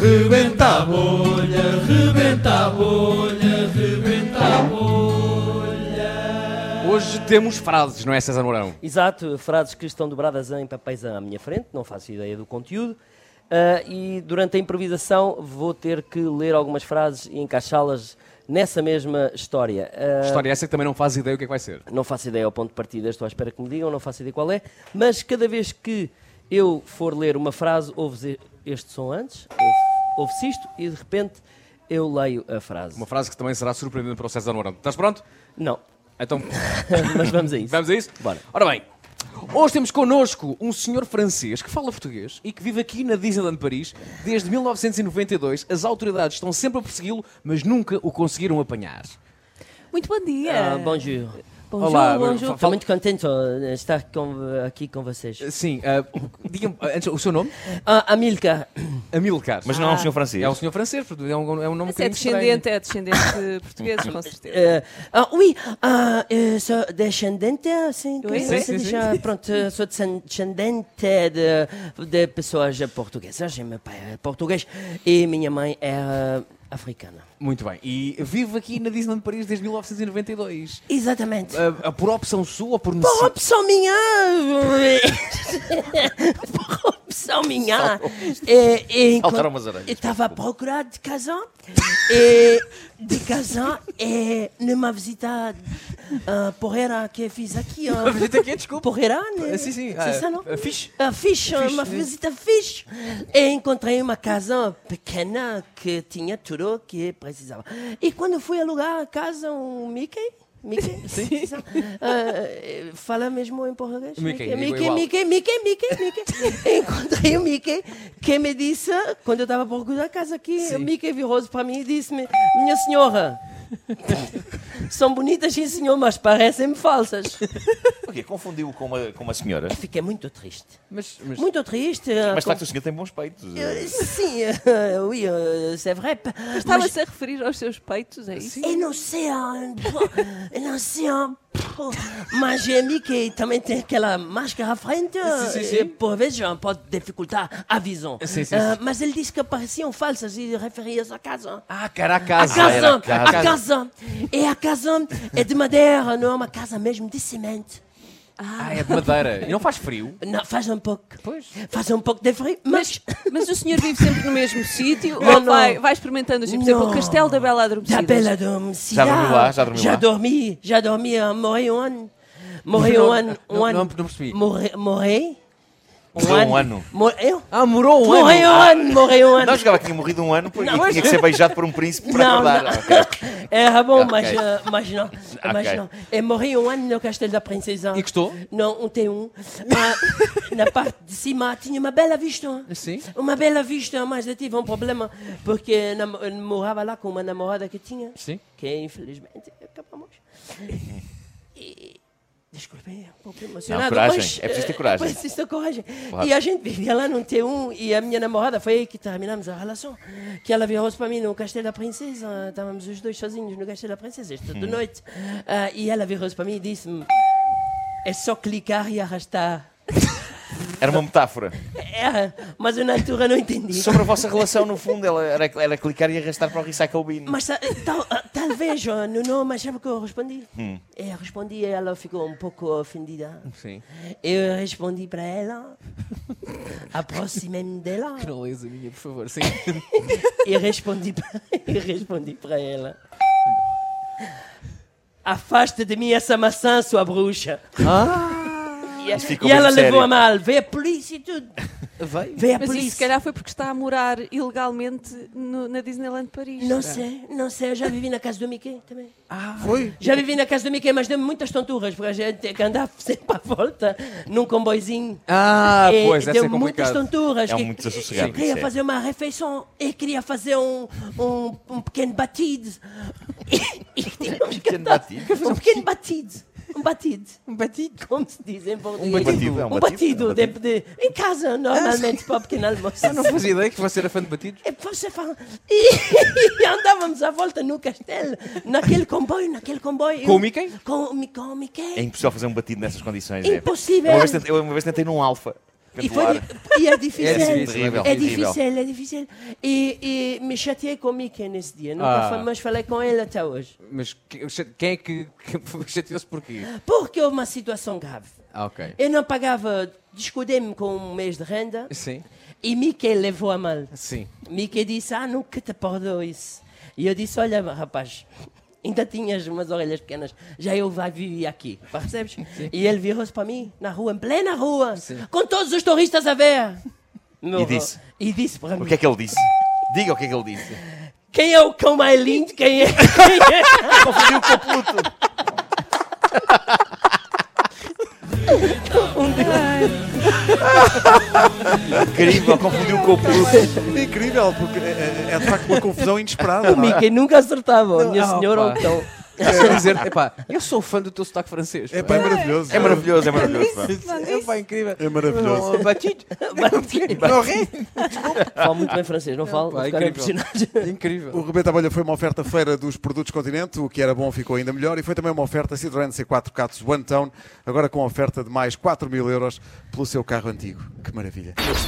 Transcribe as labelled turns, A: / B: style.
A: Rebenta a bolha, rebenta a bolha, rebenta a bolha.
B: Hoje temos frases, não é, César Mourão?
C: Exato, frases que estão dobradas em papéis à minha frente, não faço ideia do conteúdo. Ah, e durante a improvisação vou ter que ler algumas frases e encaixá-las nessa mesma história. Ah,
B: História essa que também não faz ideia o que é que vai ser.
C: Não faço ideia ao ponto de partida, estou à espera que me digam, não faço ideia qual é, mas cada vez que eu for ler uma frase, ouves e- este som antes, ouve- ouve-se isto e de repente eu leio a frase.
B: Uma frase que também será surpreendente para o César Mourão. Estás pronto?
C: Não,
B: Então,
C: mas vamos a isso.
B: vamos a isso?
C: Bora.
B: Ora bem, hoje temos connosco um senhor francês que fala português e que vive aqui na Disneyland Paris desde 1992. As autoridades estão sempre a persegui-lo, mas nunca o conseguiram apanhar.
D: Muito bom dia.
C: Ah, bonjour.
D: Bonjour,
B: Olá,
D: bonjour.
C: Estou muito contente ó, de estar com- aqui com vocês.
B: Sim, ah, diga-me ah, antes o seu nome?
C: Ah, Amilcar,
B: Amilcar.
E: Mas não é um senhor francês.
B: é um senhor francês, portanto, é um, é um nome
D: Mas é
B: um bocadinho estranho.
D: descendente, é descendente de portugueses, com certeza.
C: Eh, ah, oui, ah, eh, sou descendente, assim, que
D: Oui,
C: você
B: sim, sim,
C: deixa- pronto, eh, sou descendente de, de pessoas portuguesas, e meu pai é português e minha mãe é ah, africana.
B: Muito bem. E vive aqui na Disneyland Paris desde 1992.
C: Exatamente.
B: Ah, ah, por opção sua ou por
C: Por
B: necessidade?
C: opção minha, por opção minha, eh, eh,
E: Saltaram umas orelhas.
C: estava à procura de casa e de casa e numa visita ah, porreira que fiz aqui. ah,
B: Visita aqui, desculpa.
C: Porreira, né?
B: Ah, sim, sim.
C: C'est ça,
B: Ah,
C: não?
B: ah, fixe.
C: Ah, fixe,
B: Fixe,
C: uma
B: né?
C: visita fixe. E encontrei uma casa pequena que tinha tudo que precisava. E quando fui alugar a casa, o Mickey... Mickey? Sim. fala mesmo em português?
B: Mickey,
C: Mickey, Mickey,
B: igual.
C: Mickey, Mickey, Mickey, Mickey. Encontrei o Mickey que me disse, quando eu estava procurando a casa aqui, o Mickey virou-se para mim e disse-me: Minha senhora, são bonitas, sim senhor, mas parecem-me falsas.
E: O quê? Confundiu-o com uma, com uma senhora?
C: Fiquei muito triste.
B: Mas, mas-
C: Muito triste.
E: Mas de
C: Com-
E: facto o senhor tem bons peitos.
C: Eh, Sim, eh, oui, eh, c'est vrai. P- Mas
D: Estava-se a referir aos seus peitos, é isso?
C: eu não sei, hein, pô, eu não sei, hein, pô, mas j'ai mis que também tem aquela máscara à frente.
B: Sim, sim,
C: eh,
B: sim.
C: Por vezes eh, pode dificultar a visão.
B: Sim, sim,
C: Eh,
B: sim.
C: Mas ele disse que pareciam falsas e referia-se à casa.
B: Ah, cara, a
C: A
B: casa.
C: casa,
B: Era
C: a casa. E a casa é de madeira, não é uma casa mesmo de cimento.
B: Ah, é de madeira. E não faz frio?
C: Não, faz um pouco. Faz um pouco de frio, mas...
D: Mas, mas o senhor vive sempre no mesmo sítio?
C: Não,
D: Ou vai,
C: não.
D: vai experimentando, assim, por exemplo,
C: Não.
D: o Castelo da Bela Adormecida?
C: Já bela adormecida.
E: Já dormiu lá? Já dormiu
C: já
E: lá?
C: dormi, já dormi a morrer um ano. Morri um
B: Não,
C: ano.
B: não,
C: Um ano.
B: não, não percebi.
C: Morri. morri
E: Morreu um ano.
C: Mor- eu?
B: Ah, morou
C: Morri um ano, morri um ano.
E: Não jogava que tinha morrido um ano porque
C: Não.
E: tinha que ser beijado por um príncipe para
C: Não,
E: acordar.
C: não.
E: Ah, ok.
C: Era bom,
E: Ok.
C: mas, eh, mas não. Mas
E: Ok.
C: não. Eu morri um ano no Castelo da Princesa.
B: E gostou?
C: Não, um tem um. Ah, na parte de cima tinha uma bela vista.
B: Sim.
C: Uma bela vista, mas eu tive um problema, porque nam- euh, eu morava lá com uma namorada que tinha,
B: Sim.
C: que infelizmente acabamos. E, desculpem, um pouco
E: Não,
C: emocionado.
E: coragem.
C: mas,
E: É preciso ter
C: eh,
E: coragem.
C: preciso ter coragem.
E: Claro.
C: E a gente vivia lá num T1 e a minha namorada foi aí que terminamos a relação. Que ela virou-se para mim no Castelo da Princesa, estávamos os dois sozinhos no Castelo da Princesa, esta
E: Hum.
C: de noite. Ah, e ela virou-se para mim e disse-me: é só clicar e arrastar.
E: Era uma metáfora.
C: É, mas eu na altura não entendi.
E: Sobre a vossa relação, no fundo, ela era, era clicar e arrastar para o Recycle Bin.
C: Mas ah, tal- ah, talvez ah, não, não, mas sabe o que eu respondi? E Eu respondi e ela ficou um pouco ofendida.
B: Sim.
C: Eu respondi para ela, aproximei-me dela
B: Que não lês a minha, por favor. Sim.
C: e respondi para, e respondi para ela. Afasta de mim essa maçã, sua bruxa. E, a-
E: ficou
C: e ela
E: mesmo
C: levou
E: sério.
C: a mal. Vê a polícia e tudo.
B: Veio.
C: Vê a
D: Mas isso, se
C: polícia.
D: calhar, foi porque está a morar ilegalmente no- na Disneyland Paris.
C: Não sei, não sei. Eu já vivi na casa do Mickey também.
B: Ah, foi.
C: Já vivi na casa do Mickey, mas deu-me muitas tonturas, porque a gente tem que andar sempre à volta num comboizinho.
B: Ah,
C: E
B: pois, essa é
C: deu-me muitas
B: complicada.
C: tonturas.
E: É um
C: que-
E: muito sossegado,
C: eu queria
E: isso é.
C: fazer uma refeição e queria fazer um, um, um pequeno batido. E, e tínhamos que
E: pequeno
C: andar-
E: batido?
C: Um pequeno batido. Um batido.
B: Um batido.
C: Como se diz em português?
E: Um batido, é um
C: Um
E: batido,
C: batido.
E: é um
C: de- de- em casa, normalmente, para o pequeno almoço.
B: Eu não fazia ideia que você era fã de batidos.
C: E você fala. E, e andávamos à volta no castelo, naquele comboio, naquele comboio.
B: Com o Mickey?
C: Com, o Mi- com o Mickey.
E: É impossível fazer um batido nessas condições. é.
C: Impossível.
E: Uma vez tentei, eu uma vez tentei num alfa.
C: E, foi,
E: pendular.
C: e é difícil.
E: É
C: É difícil,
E: terrível,
C: é
E: terrível.
C: difícil. E, e me chateei com o Mickey nesse dia. Nunca
B: Ah.
C: fa- mais falei com ele até hoje.
B: Mas que- quem é que, que chateou-se porquê?
C: Porque houve uma situação grave.
B: Ah, ok.
C: Eu não pagava, discordei-me com um mês de renda
B: Sim,
C: e Mickey levou a mal.
B: sim.
C: Mickey disse, ah, nunca te perdoo isso. E eu disse, olha, rapaz, ainda tinhas umas orelhas pequenas, já eu vai viver aqui, percebes? E ele virou-se para mim, na rua, em plena rua, com todos os turistas a ver. Meu-
E: E disse?
C: E disse para
E: O
C: mim,
E: que é que ele disse? Diga o que é que ele disse.
C: quem é o cão mais lindo, quem é... Quem é?
E: Confundiu com o Pluto. Incrível, confundiu com o Pluto.
F: Incrível, porque é, é- é de facto uma confusão inesperada.
C: o
F: Não é?
C: Mickey nunca acertava, a minha
B: Ah,
C: senhora ou
B: pá.
C: o cão.
B: Quer dizer, epá, eu sou fã do teu sotaque francês.
F: É, pá, é maravilhoso.
E: É maravilhoso, é maravilhoso. pá.
D: Não
B: É pá, incrível.
F: É maravilhoso.
B: Oh, Batido.
C: Fala muito bem francês, não fala?
B: pá,
C: Vou ficar
B: incrível.
C: impressionado.
F: O
B: incrível.
F: Rebenta Bolha foi uma oferta feira dos produtos Continente, o que era bom ficou ainda melhor, e foi também uma oferta Citroën C4 Catos One Town, agora com oferta de mais 4 mil euros pelo seu carro antigo. Que maravilha.